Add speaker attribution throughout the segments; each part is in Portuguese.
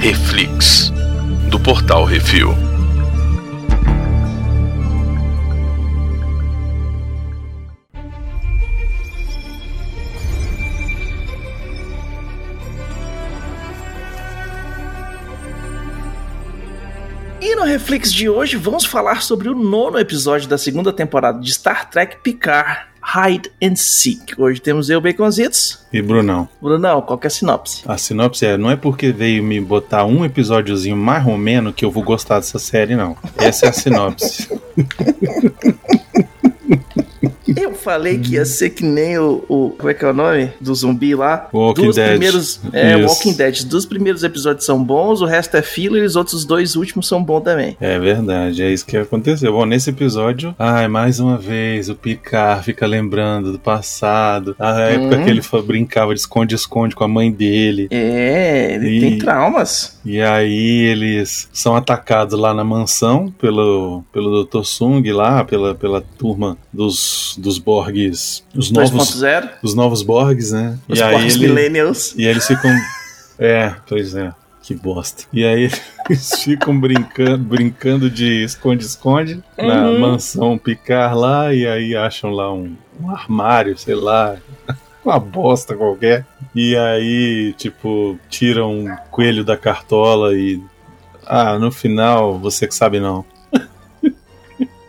Speaker 1: Reflix, do portal Refil.
Speaker 2: E no Reflex de hoje vamos falar sobre o nono episódio da segunda temporada de Star Trek Picard. Hide and Seek. Hoje temos eu, Baconzitos.
Speaker 3: E Brunão.
Speaker 2: Brunão, qual que é a sinopse?
Speaker 3: A sinopse é: não é porque veio me botar um episódiozinho mais ou menos que eu vou gostar dessa série, não. Essa é a sinopse.
Speaker 2: Eu falei que ia ser que nem o, o- Como é que é o nome? Do zumbi lá.
Speaker 3: Walking
Speaker 2: dos
Speaker 3: Dead.
Speaker 2: primeiros. É,
Speaker 3: Isso.
Speaker 2: Walking Dead. Dos primeiros episódios são bons, o resto é filler e os outros dois últimos são bons também.
Speaker 3: É verdade, é isso que aconteceu. Bom, nesse episódio, ai, mais uma vez, o Picard fica lembrando do passado, a época que ele fa- brincava de esconde-esconde com a mãe dele.
Speaker 2: É, ele
Speaker 3: E-
Speaker 2: tem traumas.
Speaker 3: E aí eles são atacados lá na mansão pelo, pelo Dr. Sung lá, pela, pela turma dos, dos Borgs, os novos,
Speaker 2: 2.0,
Speaker 3: os novos Borgs, né?
Speaker 2: os
Speaker 3: e aí
Speaker 2: porcos
Speaker 3: ele-
Speaker 2: millennials.
Speaker 3: E aí eles ficam. É, pois é. Que bosta. E aí eles ficam brincando, brincando de esconde-esconde na
Speaker 2: Uhum.
Speaker 3: mansão Picar lá, e aí acham lá um, um armário, sei lá, uma bosta qualquer. E aí, tipo, tiram um coelho da cartola e. Ah, no final, você que sabe não.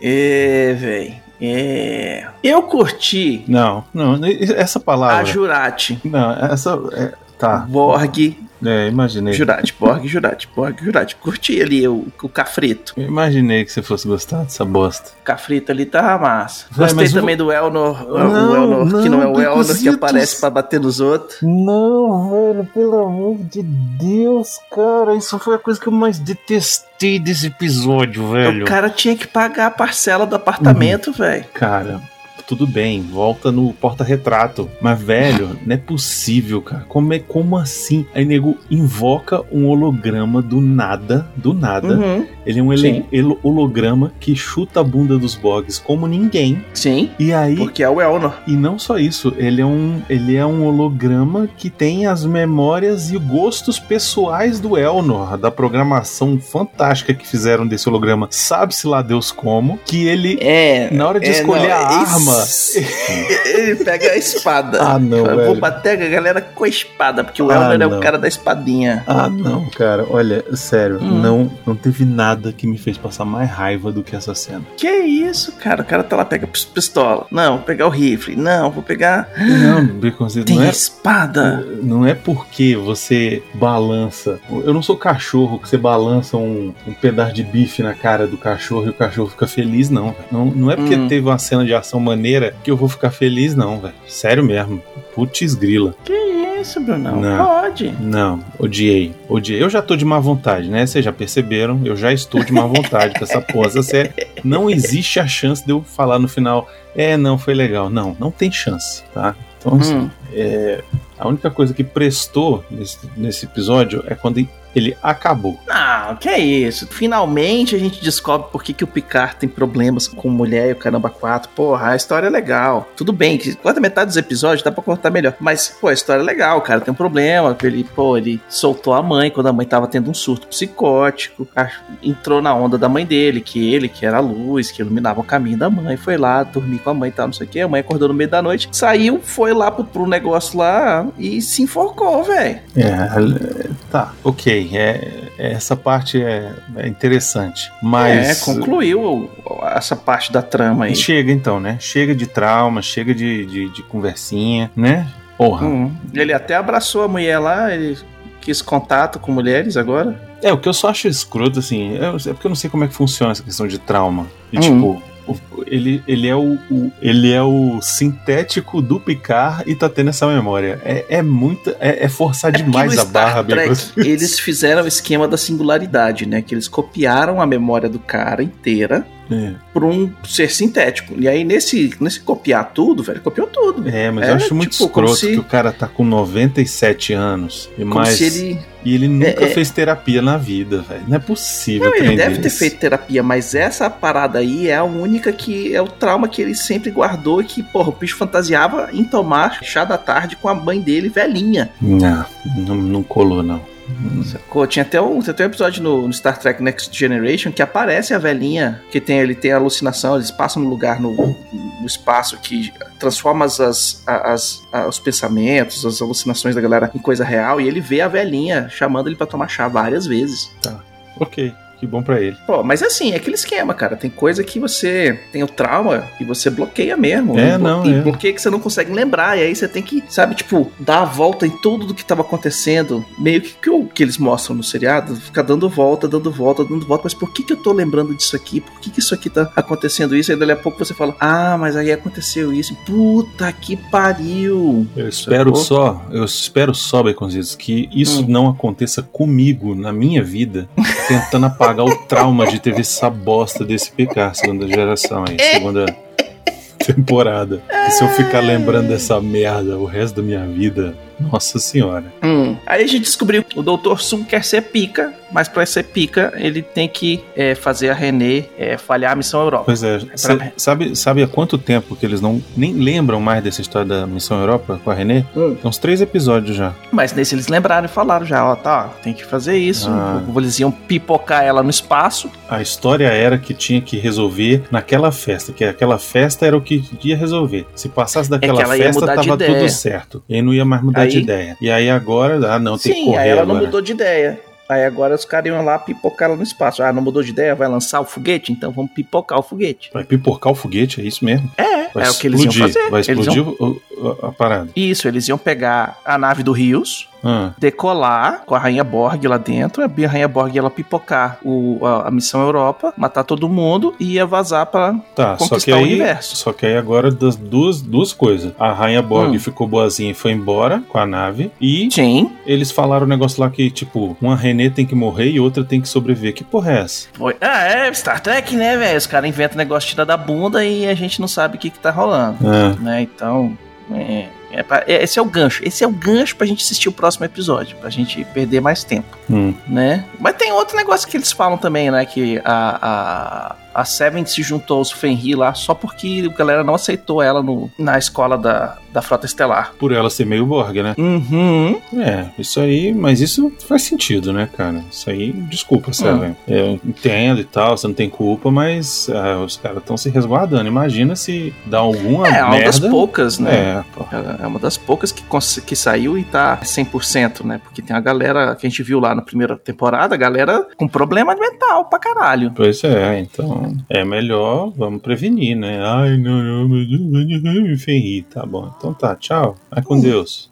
Speaker 2: É, véi. É. Eu curti
Speaker 3: Não, não, essa
Speaker 2: a
Speaker 3: palavra.
Speaker 2: Jurati.
Speaker 3: Não, essa. é, tá,
Speaker 2: Borg,
Speaker 3: é, imaginei.
Speaker 2: Jurati, Borg, Jurati, Borg, Jurati. Curti ali o, o Cafreto.
Speaker 3: Imaginei que você fosse gostar dessa bosta.
Speaker 2: O Cafreto ali tá massa.
Speaker 3: Vai,
Speaker 2: Gostei
Speaker 3: mas o-
Speaker 2: também do Elnor, o-
Speaker 3: Não,
Speaker 2: o Elnor que não é
Speaker 3: não,
Speaker 2: o Elnor que
Speaker 3: Picositos.
Speaker 2: aparece pra bater nos outros.
Speaker 3: Não, velho, pelo amor de Deus, cara, isso foi a coisa que eu mais detestei desse episódio,
Speaker 2: O cara tinha que pagar a parcela do apartamento,
Speaker 3: Uhum.
Speaker 2: velho.
Speaker 3: Cara, tudo bem, volta no porta-retrato, mas velho, não é possível, cara. Como é como assim? Aí nego invoca um holograma do nada, do nada.
Speaker 2: Uhum.
Speaker 3: Ele é um ele-
Speaker 2: Sim.
Speaker 3: ele- holograma que chuta a bunda dos bogs como ninguém.
Speaker 2: Sim,
Speaker 3: E aí
Speaker 2: porque é o Elnor.
Speaker 3: E não só isso, ele é um, ele é um holograma que tem as memórias e gostos pessoais do Elnor, da programação fantástica que fizeram desse holograma. Sabe-se lá Deus como, que ele,
Speaker 2: É.
Speaker 3: na hora de
Speaker 2: é,
Speaker 3: escolher
Speaker 2: não,
Speaker 3: a
Speaker 2: é
Speaker 3: arma.
Speaker 2: isso. Ele pega a espada.
Speaker 3: Ah, não,
Speaker 2: Eu vou
Speaker 3: velho.
Speaker 2: bater a galera com a espada, porque o
Speaker 3: Ah,
Speaker 2: Elnor é o
Speaker 3: não.
Speaker 2: cara da espadinha.
Speaker 3: Ah, não, cara, olha, sério,
Speaker 2: Hum.
Speaker 3: não, não teve nada que me fez passar mais raiva do que essa cena.
Speaker 2: Que isso, cara? O cara tá lá, pega pis- pistola. Não, vou pegar o rifle. Não, é? vou pegar.
Speaker 3: Não, preconceito,
Speaker 2: Tem
Speaker 3: não é
Speaker 2: espada.
Speaker 3: Não é porque você balança. Eu não sou cachorro que você balança um, um pedaço de bife na cara do cachorro e o cachorro fica feliz, não. velho. Não, não é porque
Speaker 2: Hum.
Speaker 3: teve uma cena de ação maneira que eu vou ficar feliz, não, velho. Sério mesmo. Putz grila.
Speaker 2: Que isso, Brunão?
Speaker 3: Não.
Speaker 2: Pode.
Speaker 3: Não, odiei. Odiei. Eu já tô de má vontade, né? Vocês já perceberam. Eu já estou de má vontade com essa porra. Essa série. Não existe a chance de eu falar no final. É, não, foi legal. Não, não tem chance, tá? Então, assim,
Speaker 2: Hum.
Speaker 3: é, a única coisa que prestou nesse, nesse episódio é quando ele acabou.
Speaker 2: Não, Ah, que é isso. Finalmente a gente descobre por que, que o Picard tem problemas com mulher e o Caramba 4. Porra, a história é legal. Tudo bem, que quase metade dos episódios dá pra cortar melhor. Mas, pô, a história é legal. O cara tem um problema. Ele, pô, ele soltou a mãe quando a mãe tava tendo um surto psicótico. Ach- Entrou na onda da mãe dele, que ele, que era a luz, que iluminava o caminho da mãe. Foi lá dormir com a mãe e tal, não sei o que. A mãe acordou no meio da noite, saiu, foi lá pro, pro negócio lá e se enforcou, velho.
Speaker 3: É, tá, ok. é- é, essa parte é, é interessante. Mas.
Speaker 2: É, concluiu essa parte da trama aí.
Speaker 3: Chega então, né? Chega de trauma, chega de, de, de conversinha, né? Porra.
Speaker 2: Hum, Ele até abraçou a mulher lá, ele quis contato com mulheres agora.
Speaker 3: É, o que eu só acho escroto, assim, é, é porque eu não sei como é que funciona essa questão de trauma. E,
Speaker 2: Uhum.
Speaker 3: tipo, o- ele, ele, é o, o- ele é o sintético do Picard e tá tendo essa memória. É, é muita. É, é forçar demais
Speaker 2: Porque
Speaker 3: a
Speaker 2: no
Speaker 3: barra,
Speaker 2: Star Trek,
Speaker 3: Bigos.
Speaker 2: Eles fizeram o esquema da singularidade, né? Que eles copiaram a memória do cara inteira
Speaker 3: É,
Speaker 2: por um ser sintético. E aí, nesse, nesse copiar tudo, velho, copiou tudo.
Speaker 3: é, mas
Speaker 2: É,
Speaker 3: eu acho muito
Speaker 2: tipo, como
Speaker 3: escroto
Speaker 2: se-
Speaker 3: que o cara tá com 97 anos e
Speaker 2: Como
Speaker 3: mais.
Speaker 2: se ele.
Speaker 3: E ele nunca
Speaker 2: é-
Speaker 3: fez terapia na vida, velho. Não é possível.
Speaker 2: Não, ele
Speaker 3: aprender
Speaker 2: deve ter
Speaker 3: isso.
Speaker 2: feito terapia, mas essa parada aí é a única que é o trauma que ele sempre guardou. Que, porra, o bicho fantasiava em tomar chá da tarde com a mãe dele, velhinha.
Speaker 3: Não, não, não colou, não.
Speaker 2: Sacou? Tinha até um, tem até um episódio no, no Star Trek Next Generation que aparece a velhinha que tem, ele tem alucinação, eles passam no lugar no, no espaço que transforma as, as, as- a- os pensamentos, as alucinações da galera em coisa real, e ele vê a velhinha chamando ele pra tomar chá várias vezes.
Speaker 3: Ok, que bom pra ele.
Speaker 2: Pô, mas é assim, é aquele esquema, cara. Tem coisa que você tem o trauma e você bloqueia mesmo.
Speaker 3: É,
Speaker 2: E blo-
Speaker 3: não,
Speaker 2: E
Speaker 3: é.
Speaker 2: bloqueia que você não consegue lembrar. E aí você tem que, sabe, tipo, dar a volta em tudo do que tava acontecendo. Meio que que o que eles mostram no seriado. Ficar dando volta, dando volta, dando volta. Mas por que que eu tô lembrando disso aqui? Por que que isso aqui tá acontecendo isso? Aí dali a pouco você fala, ah, mas aí aconteceu isso. Puta que pariu.
Speaker 3: Eu espero
Speaker 2: Sacou?
Speaker 3: só, eu espero só, Baconzitos, que isso
Speaker 2: Hum.
Speaker 3: não aconteça comigo, na minha vida, tentando apagar o trauma de ter visto essa bosta desse PK, segunda geração aí,
Speaker 2: É.
Speaker 3: segunda temporada. E se eu ficar lembrando dessa merda o resto da minha vida, nossa senhora.
Speaker 2: Hum. Aí a gente descobriu que o Dr. Sun quer ser pica, mas pra ser pica ele tem que é, fazer a René é, falhar a missão Europa.
Speaker 3: Pois é, cê- sabe, sabe há quanto tempo que eles não nem lembram mais dessa história da Missão Europa com a René?
Speaker 2: Hum.
Speaker 3: Tem uns três episódios já.
Speaker 2: Mas nesse eles lembraram e falaram já, ó, tá, ó, tem que fazer isso.
Speaker 3: Ah.
Speaker 2: Eles iam pipocar ela no espaço.
Speaker 3: A história era que tinha que resolver naquela festa, que aquela festa era o que ia resolver. Se passasse daquela
Speaker 2: É que ela ia
Speaker 3: festa,
Speaker 2: mudar de
Speaker 3: tava
Speaker 2: ideia.
Speaker 3: tudo certo. E aí não ia mais mudar
Speaker 2: Aí-
Speaker 3: de ideia. E aí agora, ah, não, tem que
Speaker 2: Sim,
Speaker 3: correr
Speaker 2: aí ela
Speaker 3: agora.
Speaker 2: não mudou de ideia. Aí agora os caras iam lá pipocar ela no espaço. Ah, não mudou de ideia? Vai lançar o foguete? Então vamos pipocar o foguete.
Speaker 3: Vai piporcar o foguete, é isso mesmo.
Speaker 2: É,
Speaker 3: Vai
Speaker 2: é o que eles iam fazer.
Speaker 3: Vai
Speaker 2: Eles iam-
Speaker 3: explodir o- o- a parada.
Speaker 2: Isso, eles iam pegar a nave do Rios,
Speaker 3: Ah,
Speaker 2: decolar com a Rainha Borg lá dentro, a Rainha Borg ia lá pipocar o, a, a missão Europa, matar todo mundo e ia vazar pra
Speaker 3: tá, só que
Speaker 2: conquistar o
Speaker 3: aí...
Speaker 2: universo.
Speaker 3: Só que aí agora das duas, duas coisas. A Rainha Borg
Speaker 2: Hum.
Speaker 3: ficou boazinha e foi embora com a nave. E
Speaker 2: Sim,
Speaker 3: eles falaram um negócio lá que, tipo, uma René tem que morrer e outra tem que sobreviver. Que porra é essa?
Speaker 2: foi. Ah, é, Star Trek, né, velho? Os caras inventam negócio tira da bunda e a gente não sabe o que, que tá rolando,
Speaker 3: Ah.
Speaker 2: né? Então, é, é pra- é- esse é o gancho. Esse é o gancho pra gente assistir o próximo episódio, pra gente perder mais tempo,
Speaker 3: Hum.
Speaker 2: né? Mas tem outro negócio que eles falam também, né? Que a. a... A Seven se juntou aos Fenrir lá só porque a galera não aceitou ela no, na escola da, da Frota Estelar.
Speaker 3: Por ela ser meio Borg, né?
Speaker 2: Uhum.
Speaker 3: É, isso aí, mas isso faz sentido, né, cara? Isso aí,
Speaker 2: Hum.
Speaker 3: desculpa, Seven. Eu entendo e tal, você não tem culpa, mas ah, os caras estão se resguardando. Imagina se dá alguma
Speaker 2: É, uma das
Speaker 3: merda.
Speaker 2: poucas, né?
Speaker 3: É, pô.
Speaker 2: É uma das poucas que, cons- que saiu e tá 100%, né? Porque tem a galera que a gente viu lá na primeira temporada, a galera com problema mental pra caralho.
Speaker 3: Pois é, então é melhor, vamos prevenir, né? Ai, não, não, me ferri, tá bom. Então tá, tchau. Vai com Deus.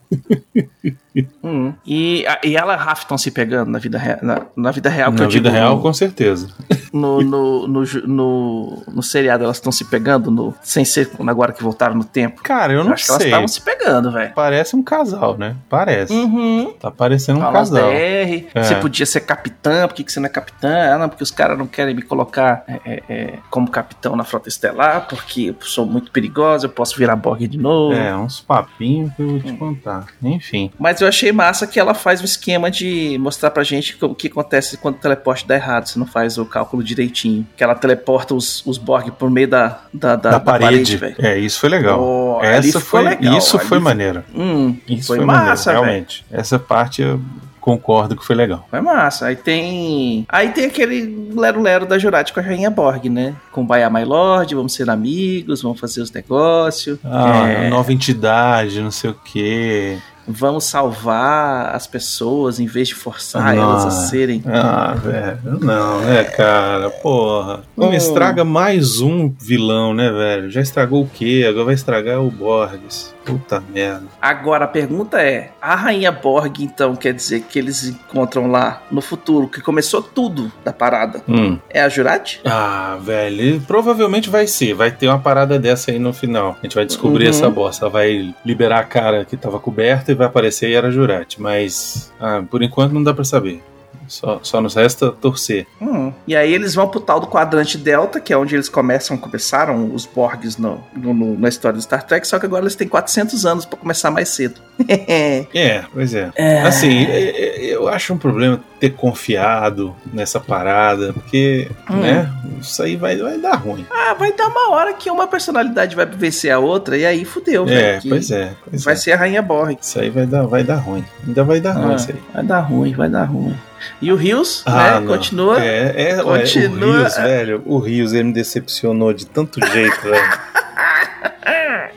Speaker 2: Hum. E, a- e ela e a Raf estão se pegando na vida, rea- na, na vida real. É que
Speaker 3: Na
Speaker 2: eu
Speaker 3: vida
Speaker 2: digo,
Speaker 3: real, com certeza.
Speaker 2: No, no, no, ju- no, no seriado, elas estão se pegando no, sem ser quando agora que voltaram no tempo.
Speaker 3: Cara, eu não
Speaker 2: acho que elas
Speaker 3: sei.
Speaker 2: estavam se pegando, velho.
Speaker 3: Parece um casal, né? Parece.
Speaker 2: Uhum.
Speaker 3: Tá parecendo um
Speaker 2: Fala as
Speaker 3: casal.
Speaker 2: DR,
Speaker 3: É.
Speaker 2: você podia ser capitã, por que, que você não é capitã? Ah, não, porque os caras não querem me colocar é, é, é, como capitão na Frota Estelar, porque eu sou muito perigosa, eu posso virar Borg de novo.
Speaker 3: É, uns papinhos que eu vou te contar. Enfim.
Speaker 2: Mas eu achei massa que ela faz o esquema de mostrar pra gente o que acontece quando o teleporte dá errado, você não faz o cálculo direitinho. Que ela teleporta os, os Borg por meio da, da, da,
Speaker 3: Da, parede.
Speaker 2: velho.
Speaker 3: é, isso foi legal.
Speaker 2: Oh, ali
Speaker 3: Essa
Speaker 2: ficou
Speaker 3: foi,
Speaker 2: legal,
Speaker 3: isso
Speaker 2: ali
Speaker 3: foi
Speaker 2: fi-
Speaker 3: maneiro.
Speaker 2: Hum,
Speaker 3: Isso
Speaker 2: foi
Speaker 3: foi,
Speaker 2: massa,
Speaker 3: maneiro, realmente. Essa parte eu concordo que foi legal.
Speaker 2: É massa. Aí tem. Aí tem aquele lero-lero da Jurati com a Rainha Borg, né? Com Baia My Lord, vamos ser amigos, vamos fazer os negócios.
Speaker 3: Ah,
Speaker 2: é,
Speaker 3: nova entidade, não sei o quê.
Speaker 2: Vamos salvar as pessoas em vez de forçar
Speaker 3: Ah.
Speaker 2: elas a serem.
Speaker 3: Ah, velho, não, né, cara? Porra. Não
Speaker 2: Hum.
Speaker 3: estraga mais um vilão, né, velho? Já estragou o quê? Agora vai estragar o Borges. Puta merda.
Speaker 2: Agora a pergunta é: a Rainha Borg, então, quer dizer que eles encontram lá no futuro, que começou tudo da parada?
Speaker 3: Hum.
Speaker 2: É a Jurati?
Speaker 3: Ah, velho, e provavelmente vai ser. Vai ter uma parada dessa aí no final. A gente vai descobrir
Speaker 2: Uhum.
Speaker 3: essa bosta. Ela vai liberar a cara que tava coberta e vai aparecer e era Jurati. Mas, ah, por enquanto não dá pra saber. Só, só nos resta torcer.
Speaker 2: Hum. E aí eles vão pro tal do quadrante Delta, que é onde eles começam, começaram os Borgs no, no- no- na história do Star Trek, só que agora eles têm 400 anos pra começar mais cedo.
Speaker 3: É, pois é.
Speaker 2: É.
Speaker 3: Assim, é- é- eu acho um problema ter confiado nessa parada, porque, hum. né, isso aí vai, vai dar ruim.
Speaker 2: Ah, vai dar uma hora que uma personalidade vai vencer a outra e aí fudeu, né?
Speaker 3: velho. É, pois é. Pois
Speaker 2: vai
Speaker 3: é.
Speaker 2: ser a rainha Borg.
Speaker 3: Isso aí vai dar, vai dar ruim. Ainda vai dar ah, ruim isso aí.
Speaker 2: Vai dar ruim, vai dar ruim. E o Rios, ah, né, continua.
Speaker 3: É, é, continua. o Rios, velho, o Rios, ele me decepcionou de tanto jeito, velho.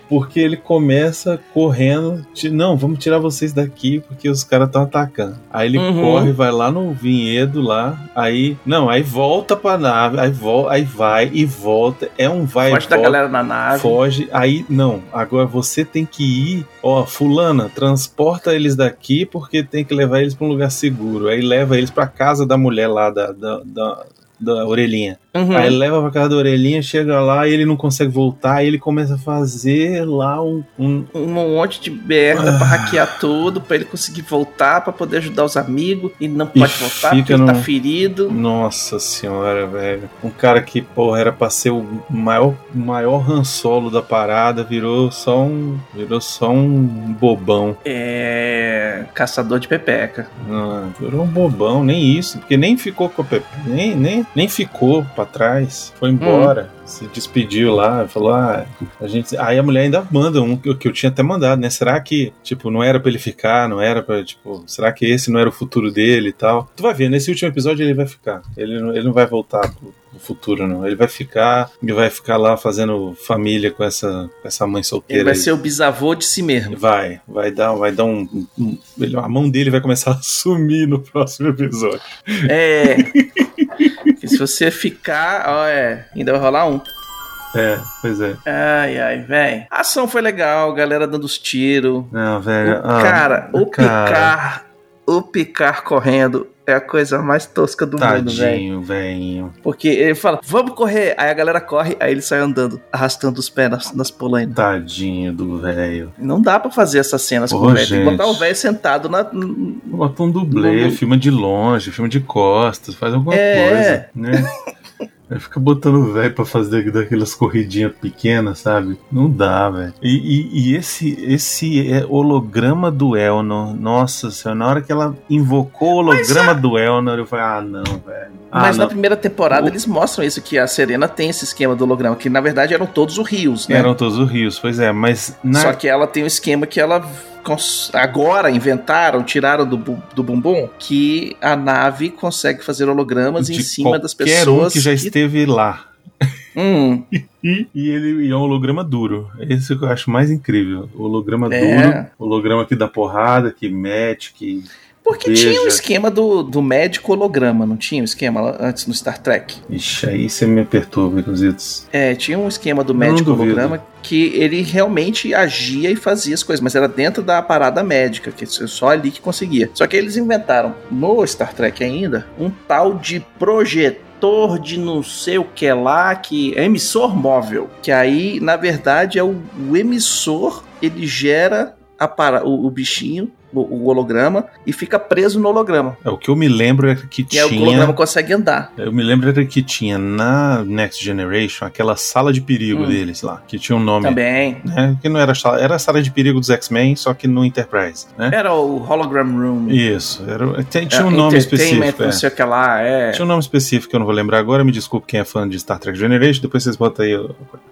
Speaker 3: Porque ele começa correndo, de, não, vamos tirar vocês daqui porque os caras estão atacando. Aí ele uhum. corre, vai lá no vinhedo lá, aí, não, aí volta pra nave, aí, vo, aí vai e volta, é um vai
Speaker 2: Foge
Speaker 3: volta,
Speaker 2: da galera na nave.
Speaker 3: Foge, aí, não, agora você tem que ir, ó, fulana, transporta eles daqui porque tem que levar eles pra um lugar seguro. Aí leva eles pra casa da mulher lá, da, da, da da orelhinha.
Speaker 2: Hum.
Speaker 3: Uhum. Aí leva pra casa da orelhinha, chega lá e ele não consegue voltar, aí ele começa a fazer lá um.
Speaker 2: Um, um monte de merda ah. pra hackear tudo, pra ele conseguir voltar, pra poder ajudar os amigos, e não pode e voltar porque no... ele tá ferido.
Speaker 3: Nossa senhora, velho. Um cara que, porra, era pra ser o maior, maior rançolo da parada, virou só um. Virou só um bobão.
Speaker 2: É. Caçador de pepeca.
Speaker 3: Ah, virou um bobão, nem isso, porque nem ficou com a pepeca. Nem, nem nem ficou para trás, foi embora. Hum se despediu lá, falou: ah, a gente. Aí a mulher ainda manda um que eu, que eu tinha até mandado, né? Será que, tipo, não era pra ele ficar? Não era pra, tipo, será que esse não era o futuro dele e tal? Tu vai ver, nesse último episódio ele vai ficar. Ele, ele não vai voltar pro, pro futuro, não. Ele vai ficar e vai ficar lá fazendo família com essa, essa mãe solteira.
Speaker 2: Ele vai
Speaker 3: aí.
Speaker 2: ser o bisavô de si mesmo.
Speaker 3: Vai, vai dar, vai dar um, um, A mão dele vai começar a sumir no próximo episódio.
Speaker 2: É. se você ficar, ó, é, ainda vai rolar um.
Speaker 3: É, pois é.
Speaker 2: Ai, ai, velho. A ação foi legal, galera dando os tiros.
Speaker 3: Não, velho.
Speaker 2: Ah, cara, o cara. picar. O picar correndo é a coisa mais tosca do
Speaker 3: Tadinho,
Speaker 2: mundo, tá velho.
Speaker 3: velho.
Speaker 2: Porque ele fala, vamos correr. Aí a galera corre, aí ele sai andando, arrastando os pés nas, nas polainas.
Speaker 3: Tadinho do velho.
Speaker 2: Não dá pra fazer essas cenas Ô, com o velho. Tem que botar o velho sentado na. Bota
Speaker 3: um dublê, no... filma de longe, filma de costas, faz alguma é. coisa, né? Aí fica botando o velho pra fazer daquelas corridinhas pequenas, sabe? Não dá, velho. E, e, e, esse esse é holograma do Elnor, nossa senhora, na hora que ela invocou o holograma a... do Elnor, eu falei, ah, não, velho. Ah,
Speaker 2: é- Mas
Speaker 3: não.
Speaker 2: na primeira temporada o... eles mostram isso, que a Serena tem esse esquema do holograma, que na verdade eram todos os rios, né?
Speaker 3: Eram todos os rios, pois é, mas...
Speaker 2: Na... Só que ela tem um esquema que ela agora inventaram, tiraram do, do bumbum, que a nave consegue fazer hologramas de em cima das pessoas.
Speaker 3: Qualquer um que já esteve que... lá.
Speaker 2: Hum.
Speaker 3: E, e, ele e é um holograma duro. Esse que eu acho mais incrível. Holograma é. duro, holograma que dá porrada, que mete, que.
Speaker 2: Porque Veja. tinha um esquema do, do médico holograma, não tinha um esquema antes no Star Trek?
Speaker 3: Ixi, aí você me perturba, Cruzitos.
Speaker 2: É, tinha um esquema do médico holograma que ele realmente agia e fazia as coisas, mas era dentro da parada médica, que é só ali que conseguia. Só que eles inventaram, no Star Trek ainda, um tal de projetor de não sei o que lá, que é emissor móvel, que aí na verdade é o, o emissor, ele gera a para, o, o bichinho o holograma e fica preso no holograma.
Speaker 3: É o que eu me lembro é que, que tinha.
Speaker 2: É o que o holograma consegue andar.
Speaker 3: Eu me lembro era que tinha na Next Generation aquela sala de perigo hum. deles lá, que tinha um nome.
Speaker 2: Também.
Speaker 3: Né, que não era sala, era a sala de perigo dos X-Men, só que no Enterprise. Né?
Speaker 2: Era o Hologram Room.
Speaker 3: Isso. Era, tinha, tinha é, um nome específico.
Speaker 2: É. Não é. sei o que lá é.
Speaker 3: Tinha um nome específico que eu não vou lembrar agora. Me desculpe quem é fã de Star Trek Generation. Depois vocês botam aí.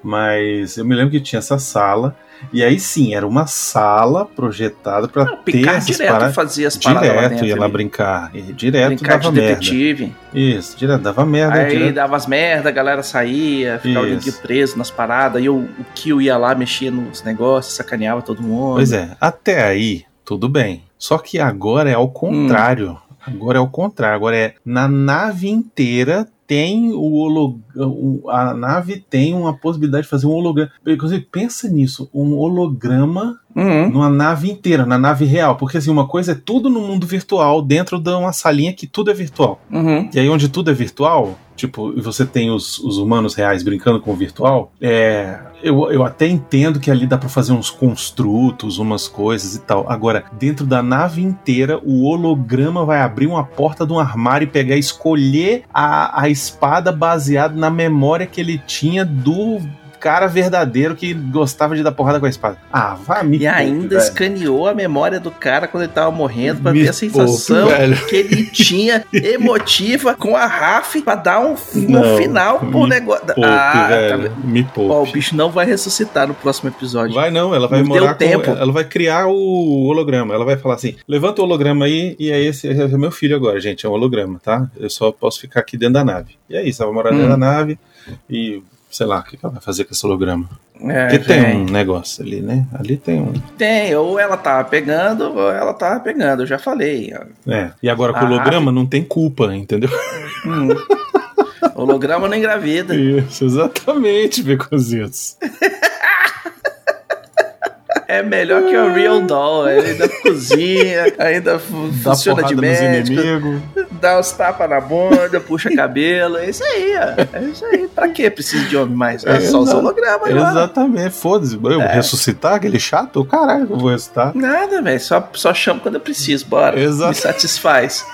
Speaker 3: Mas eu me lembro que tinha essa sala. E aí sim, era uma sala projetada para ter essas
Speaker 2: Ah, direto
Speaker 3: paradas.
Speaker 2: fazia as
Speaker 3: um direto,
Speaker 2: paradas
Speaker 3: Direto ia lá
Speaker 2: ali.
Speaker 3: brincar. E direto
Speaker 2: brincar
Speaker 3: dava
Speaker 2: de
Speaker 3: merda.
Speaker 2: detetive.
Speaker 3: Isso, direto dava merda.
Speaker 2: Aí
Speaker 3: direto.
Speaker 2: dava as merda, a galera saía, ficava ninguém preso nas paradas. E o, o Kill ia lá, mexia nos negócios, sacaneava todo mundo.
Speaker 3: Pois é, até aí, tudo bem. Só que agora é ao contrário. Hum. Agora é ao contrário. Agora é na nave inteira tem o holograma. A nave tem uma possibilidade de fazer um holograma. Inclusive, pensa nisso: um holograma
Speaker 2: uhum.
Speaker 3: numa nave inteira, na nave real. Porque assim, uma coisa é tudo no mundo virtual, dentro de uma salinha que tudo é virtual.
Speaker 2: Uhum.
Speaker 3: E aí, onde tudo é virtual, tipo, você tem os, os humanos reais brincando com o virtual, é, eu, eu até entendo que ali dá para fazer uns construtos, umas coisas e tal. Agora, dentro da nave inteira, o holograma vai abrir uma porta de um armário e pegar, escolher a, a espada baseada na memória que ele tinha do cara verdadeiro que gostava de dar porrada com a espada. Ah, vai me
Speaker 2: E ainda
Speaker 3: velho.
Speaker 2: escaneou a memória do cara quando ele tava morrendo pra
Speaker 3: Me
Speaker 2: ver a sensação
Speaker 3: poupe, velho.
Speaker 2: que ele tinha emotiva com a Raf pra dar um, um
Speaker 3: Não,
Speaker 2: final pro
Speaker 3: me
Speaker 2: negócio.
Speaker 3: Poupe, velho.
Speaker 2: Ah, tá vendo?
Speaker 3: Me
Speaker 2: Ó, o
Speaker 3: poupe.
Speaker 2: bicho não vai ressuscitar no próximo episódio.
Speaker 3: Vai não, ela vai
Speaker 2: Não deu
Speaker 3: morar com.
Speaker 2: tempo.
Speaker 3: Ela vai criar o holograma. Ela vai falar assim: levanta o holograma aí, e é esse esse é meu filho agora, gente. É um holograma, tá? Eu só posso ficar aqui dentro da nave. E é isso, ela vai morar
Speaker 2: Hum.
Speaker 3: dentro da nave e. Sei lá, o que que ela vai fazer com esse holograma?
Speaker 2: É,
Speaker 3: Porque tem
Speaker 2: velho.
Speaker 3: um negócio ali, né? Ali tem um.
Speaker 2: Tem, ou ela tava pegando, ou ela tava pegando, eu já falei.
Speaker 3: É. E agora com o
Speaker 2: Ah.
Speaker 3: holograma não tem culpa, entendeu?
Speaker 2: Hum. Holograma não engravida.
Speaker 3: Isso, exatamente, Becozitos.
Speaker 2: É melhor que o Real Doll. Ele ainda cozinha, ainda fu-
Speaker 3: Dá
Speaker 2: funciona
Speaker 3: porrada
Speaker 2: de
Speaker 3: nos
Speaker 2: médico,
Speaker 3: inimigos.
Speaker 2: dá uns tapas na bunda, puxa cabelo. É isso aí, ó. É isso aí. Pra que precisa de homem mais? É só os
Speaker 3: Exato.
Speaker 2: hologramas agora.
Speaker 3: Exatamente, foda-se. Eu
Speaker 2: É.
Speaker 3: ressuscitar aquele chato? Caralho, eu vou ressuscitar.
Speaker 2: Nada, velho. Só, só chamo quando eu preciso, bora.
Speaker 3: Exato.
Speaker 2: Me satisfaz.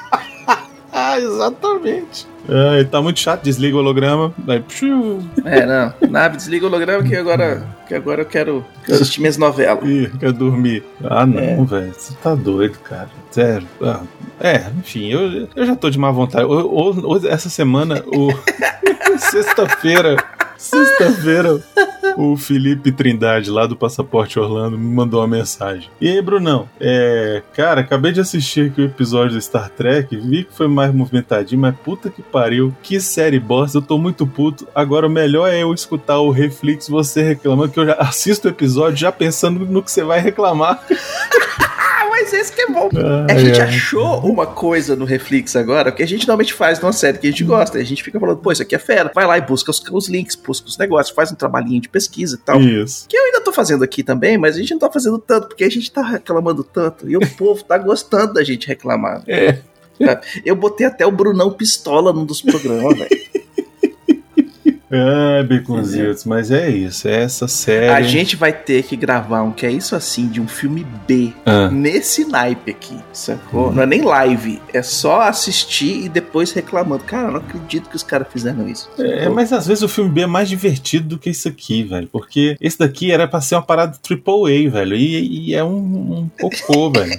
Speaker 3: Ah, exatamente. É, tá muito chato, desliga o holograma. Aí, pshu,
Speaker 2: É, não. Nave, desliga o holograma que agora, que agora eu quero assistir minhas novelas.
Speaker 3: ih, quer dormir. Ah, não, velho. Você tá doido, cara. Sério. Ah, é, enfim, eu, eu já tô de má vontade. Ou- ou- ou essa semana, o. Sexta-feira. Sexta-feira, o Felipe Trindade, lá do Passaporte Orlando, me mandou uma mensagem. E aí, Brunão, é. Cara, acabei de assistir aqui o episódio do Star Trek, vi que foi mais movimentadinho, mas puta que pariu, que série bosta, eu tô muito puto. Agora o melhor é eu escutar o Reflex você reclamando, que eu já assisto o episódio já pensando no que você vai reclamar.
Speaker 2: Ah, mas esse que é bom. A
Speaker 3: Ai,
Speaker 2: gente
Speaker 3: ai.
Speaker 2: achou uma coisa no Reflex agora, que a gente normalmente faz numa série que a gente gosta. A gente fica falando, pô, isso aqui é fera. Vai lá e busca os, os links, busca os negócios, faz um trabalhinho de pesquisa e tal.
Speaker 3: Isso.
Speaker 2: Que eu ainda tô fazendo aqui também, mas a gente não tá fazendo tanto, porque a gente tá reclamando tanto. E o povo tá gostando da gente reclamar.
Speaker 3: É.
Speaker 2: Eu botei até o Brunão Pistola num dos programas, velho.
Speaker 3: É, Beconzitos, mas é isso, é essa série.
Speaker 2: A gente vai ter que gravar um que é isso assim, de um filme B.
Speaker 3: Ah.
Speaker 2: nesse naipe aqui, sacou?
Speaker 3: Hum.
Speaker 2: Não é nem live, é só assistir e depois reclamando. Cara, eu não acredito que os caras fizeram isso.
Speaker 3: É,
Speaker 2: sacou?
Speaker 3: mas às vezes o filme B é mais divertido do que isso aqui, velho. Porque esse daqui era pra ser uma parada triple A, velho. E, e é um, um cocô, velho.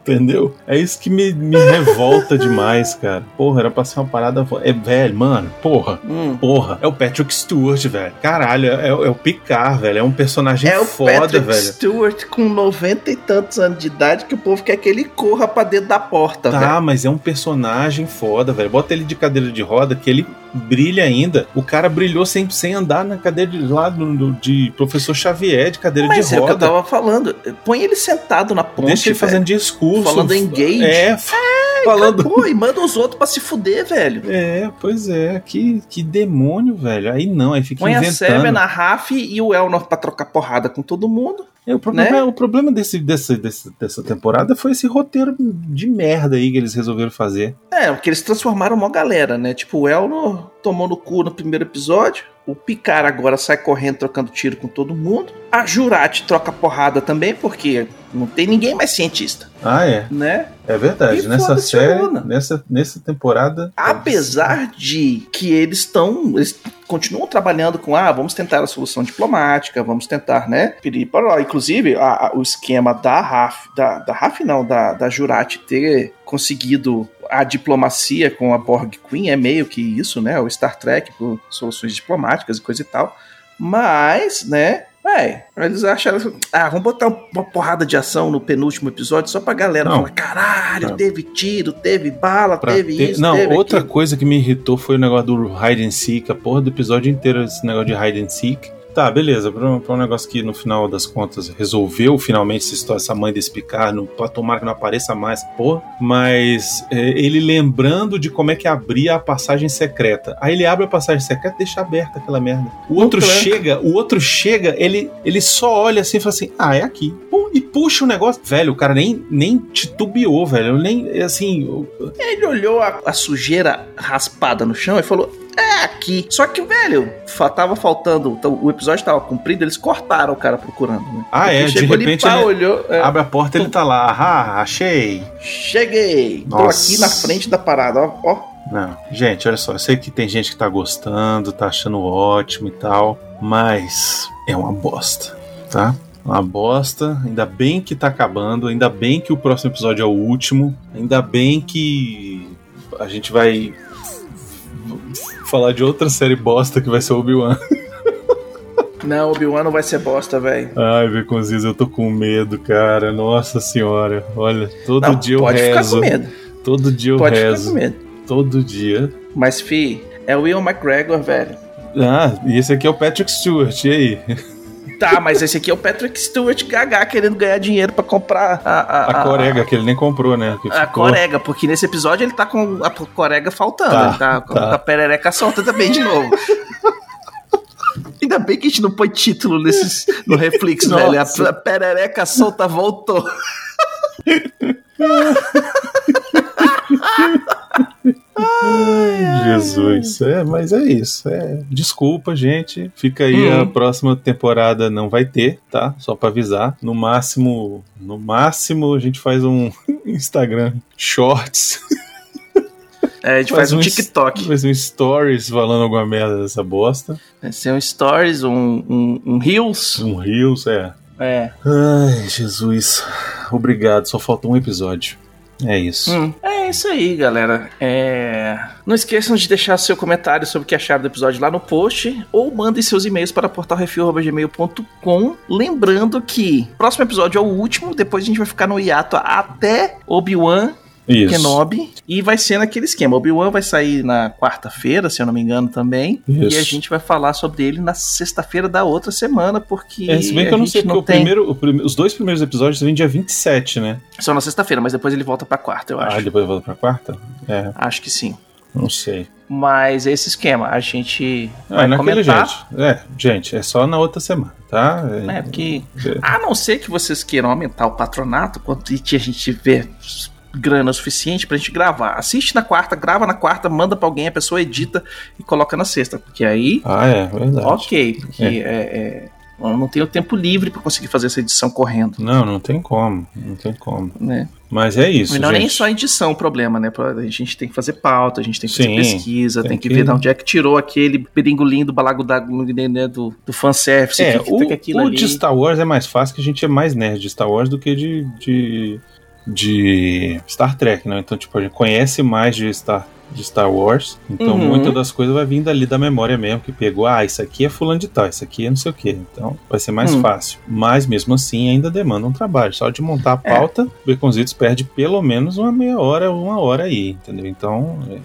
Speaker 3: Entendeu? É isso que me, me revolta demais, cara. Porra, era pra ser uma parada. vo- É, velho, mano, porra.
Speaker 2: Hum.
Speaker 3: Porra, é o Patrick Stewart, velho. Caralho, é, é o Picard, velho. É um personagem
Speaker 2: É o
Speaker 3: foda,
Speaker 2: Patrick
Speaker 3: velho.
Speaker 2: Stewart com 90 e tantos anos de idade que o povo quer que ele corra pra dentro da porta,
Speaker 3: Tá,
Speaker 2: velho.
Speaker 3: mas é um personagem foda, velho. Bota ele de cadeira de roda que ele brilha ainda. O cara brilhou sem, sem andar na cadeira de lado do, de professor Xavier de cadeira
Speaker 2: Mas
Speaker 3: de
Speaker 2: é o que eu
Speaker 3: roda.
Speaker 2: tava falando. Põe ele sentado na ponte,
Speaker 3: Deixa ele
Speaker 2: velho.
Speaker 3: fazendo discurso.
Speaker 2: Falando engage.
Speaker 3: É, f- falando.
Speaker 2: Pô, e manda os outros pra se fuder, velho.
Speaker 3: É, pois é. Que, que demônio, velho. Aí não, aí fica
Speaker 2: Põe a Seven,
Speaker 3: inventando.
Speaker 2: a Raf e o Elnor pra trocar porrada com todo mundo.
Speaker 3: É, o problema,
Speaker 2: né?
Speaker 3: o problema desse, desse, desse- dessa temporada foi esse roteiro de merda aí que eles resolveram fazer.
Speaker 2: É, porque eles transformaram uma galera, né? Tipo, o Elno tomou no cu no primeiro episódio. O Picar agora sai correndo trocando tiro com todo mundo. A Jurati troca porrada também, porque não tem ninguém mais cientista,
Speaker 3: Ah, é.
Speaker 2: né?
Speaker 3: É verdade.
Speaker 2: E
Speaker 3: nessa
Speaker 2: foda-se,
Speaker 3: série,
Speaker 2: Luna.
Speaker 3: nessa, nessa temporada.
Speaker 2: Apesar de que eles estão. Eles continuam trabalhando com ah, vamos tentar a solução diplomática, vamos tentar, né? Piriparó. Inclusive, a- a- o esquema da RAF, da, da RAF não, da, da Jurati ter conseguido a diplomacia com a Borg Queen é meio que isso, né? O Star Trek por soluções diplomáticas e coisa e tal. Mas, né? Véi, eles acharam. Ah, vamos botar uma porrada de ação no penúltimo episódio só pra galera
Speaker 3: Não.
Speaker 2: falar: caralho,
Speaker 3: Não.
Speaker 2: teve tiro, teve bala,
Speaker 3: Pra
Speaker 2: teve
Speaker 3: ter-
Speaker 2: isso.
Speaker 3: Não,
Speaker 2: teve
Speaker 3: outra
Speaker 2: aquilo.
Speaker 3: coisa que me irritou foi o negócio do hide and seek, a porra do episódio inteiro, esse negócio de hide and seek. Tá, beleza, pra um, pra um negócio que no final das contas resolveu finalmente essa história, essa mãe desse Picard, não, pra- tomara que não apareça mais, porra. Mas é, ele lembrando de como é que abria a passagem secreta. Aí ele abre a passagem secreta e deixa aberta aquela merda. O outro
Speaker 2: tranca.
Speaker 3: chega, o outro chega, ele, ele só olha assim e fala assim: ah, é aqui. Pum, E puxa o negócio. Velho, o cara nem, nem titubeou, velho. Nem, assim, o-
Speaker 2: Ele olhou a, a sujeira raspada no chão e falou: É aqui. Só que, velho, fa- tava faltando. então, o episódio tava comprido, eles cortaram o cara procurando. Né?
Speaker 3: Ah,
Speaker 2: Porque
Speaker 3: é, de
Speaker 2: chegou ali,
Speaker 3: repente
Speaker 2: pá,
Speaker 3: ele-
Speaker 2: olhou. é,
Speaker 3: Abre a porta, ele tá lá. Ah, achei.
Speaker 2: Cheguei! Tô
Speaker 3: Nossa.
Speaker 2: aqui na frente da parada, ó. ó.
Speaker 3: Não. Gente, olha só, eu sei que tem gente que tá gostando, tá achando ótimo e tal, mas é uma bosta, tá? Uma bosta, ainda bem que tá acabando, ainda bem que o próximo episódio é o último, ainda bem que a gente vai falar de outra série bosta que vai ser Obi-Wan.
Speaker 2: Não, Obi-Wan não vai ser bosta, velho.
Speaker 3: Ai, Beconziz, eu tô com medo, cara. Nossa senhora. Olha, todo
Speaker 2: Não,
Speaker 3: dia eu
Speaker 2: pode ficar
Speaker 3: rezo.
Speaker 2: com medo.
Speaker 3: Todo dia eu
Speaker 2: Pode ficar
Speaker 3: rezo.
Speaker 2: com medo.
Speaker 3: Todo dia.
Speaker 2: Mas, fi, é o Will McGregor, velho.
Speaker 3: Ah, e esse aqui é o Patrick Stewart, e aí?
Speaker 2: Tá, mas esse aqui é o Patrick Stewart gaga querendo ganhar dinheiro pra comprar a... A,
Speaker 3: A corega, que ele nem comprou, né? Que
Speaker 2: A
Speaker 3: ficou-
Speaker 2: corega, porque nesse episódio ele tá com a corega faltando,
Speaker 3: Tá,
Speaker 2: ele tá com
Speaker 3: tá.
Speaker 2: com a perereca solta também de novo. Ainda bem que a gente não põe título nesses, no Reflex, velho.
Speaker 3: Nossa.
Speaker 2: A perereca solta voltou.
Speaker 3: Jesus, é, mas é isso. É. Desculpa, gente. Fica aí,
Speaker 2: Hum.
Speaker 3: a próxima temporada não vai ter, tá? Só pra avisar. No máximo, no máximo a gente faz um Instagram Shorts,
Speaker 2: É, a gente
Speaker 3: Faz
Speaker 2: faz, um
Speaker 3: uns-
Speaker 2: TikTok.
Speaker 3: faz um Stories falando alguma merda dessa bosta.
Speaker 2: Vai ser um Stories, um, um, um Reels.
Speaker 3: Um Reels, é.
Speaker 2: É.
Speaker 3: Ai, Jesus. Obrigado, só falta um episódio. É isso.
Speaker 2: Hum, é isso aí, galera. É, Não esqueçam de deixar seu comentário sobre o que acharam do episódio lá no post ou mandem seus e-mails para portalrefil.gmail.com. Lembrando que o próximo episódio é o último, depois a gente vai ficar no hiato até Obi-Wan
Speaker 3: Isso.
Speaker 2: Kenobi e vai ser naquele esquema. Obi-Wan vai sair na quarta-feira, se eu não me engano também,
Speaker 3: Isso.
Speaker 2: e a gente vai falar sobre ele na sexta-feira da outra semana, porque
Speaker 3: É, se bem que
Speaker 2: a
Speaker 3: eu não
Speaker 2: gente
Speaker 3: sei, porque o
Speaker 2: tem...
Speaker 3: primeiro, o prime- os dois primeiros episódios vêm dia 27, né?
Speaker 2: Só na sexta-feira, mas depois ele volta pra quarta, eu
Speaker 3: Ah,
Speaker 2: acho.
Speaker 3: depois volta pra quarta? É,
Speaker 2: Acho que sim.
Speaker 3: não sei.
Speaker 2: Mas é esse esquema. A gente
Speaker 3: Ah,
Speaker 2: vai
Speaker 3: naquele
Speaker 2: comentar.
Speaker 3: gente. É, gente, é só na outra semana, tá?
Speaker 2: Né, porque,
Speaker 3: É.
Speaker 2: a não ser que vocês queiram aumentar o patronato, quando a gente tiver grana suficiente pra gente gravar. Assiste na quarta, grava na quarta, manda pra alguém, a pessoa edita e coloca na sexta. Porque aí,
Speaker 3: Ah, é, verdade.
Speaker 2: ok. Porque é, é, eu não tenho tempo livre pra conseguir fazer essa edição correndo.
Speaker 3: Não, não tem como, não tem como.
Speaker 2: Né?
Speaker 3: Mas é isso,
Speaker 2: Não é
Speaker 3: gente.
Speaker 2: nem só a edição o problema, né? A gente tem que fazer pauta, a gente tem que
Speaker 3: Sim,
Speaker 2: fazer pesquisa, tem,
Speaker 3: tem
Speaker 2: que,
Speaker 3: que-
Speaker 2: ver de onde é que tirou aquele peringolim do balago da né, do, do fanservice,
Speaker 3: É,
Speaker 2: que fica com
Speaker 3: o,
Speaker 2: aquilo
Speaker 3: o
Speaker 2: ali.
Speaker 3: de Star Wars é mais fácil, que a gente é mais nerd de Star Wars do que de, de, de Star Trek, né? Então, tipo, a gente conhece mais de Star, de Star Wars, então
Speaker 2: Uhum.
Speaker 3: muitas das coisas vai vindo ali da memória mesmo, que pegou, ah, isso aqui é fulano de tal, isso aqui é não sei o quê. Então, vai ser mais
Speaker 2: Hum.
Speaker 3: fácil. Mas, mesmo assim, ainda demanda um trabalho. Só de montar a
Speaker 2: É.
Speaker 3: pauta, o Beconzitos perde pelo menos uma meia hora, uma hora aí, entendeu? Então, é-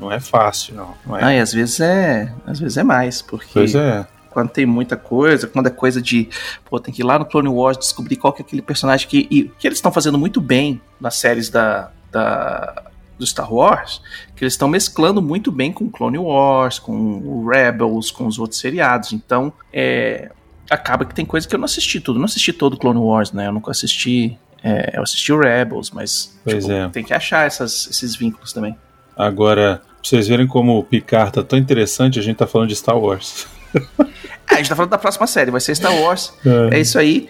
Speaker 3: não é fácil, não. não é.
Speaker 2: Ah, e às vezes é, às vezes é mais, porque
Speaker 3: Pois é.
Speaker 2: quando tem muita coisa, quando é coisa de, pô, tem que ir lá no Clone Wars descobrir qual que é aquele personagem que e que eles estão fazendo muito bem nas séries da, da do Star Wars, que eles estão mesclando muito bem com Clone Wars, com o Rebels, com os outros seriados. Então, é, acaba que tem coisa que eu não assisti tudo, eu não assisti todo Clone Wars, né? Eu nunca assisti, é, eu assisti o Rebels, mas tipo,
Speaker 3: Pois é.
Speaker 2: tem que achar essas- esses vínculos também.
Speaker 3: Agora, pra vocês verem como o Picard tá tão interessante, a gente tá falando de Star Wars.
Speaker 2: Ah, a gente tá falando da próxima série, vai ser Star Wars. É
Speaker 3: É.
Speaker 2: isso aí.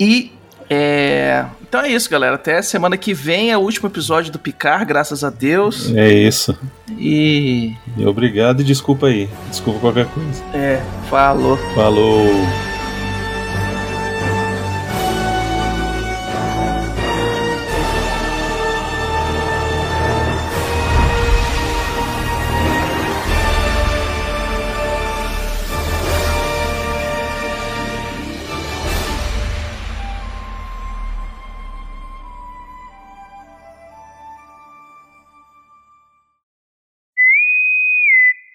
Speaker 2: E. é, Então é isso, galera. Até semana que vem é o último episódio do Picar, graças a Deus.
Speaker 3: É isso.
Speaker 2: E.
Speaker 3: E obrigado e desculpa aí. Desculpa qualquer coisa.
Speaker 2: É, falou.
Speaker 3: Falou!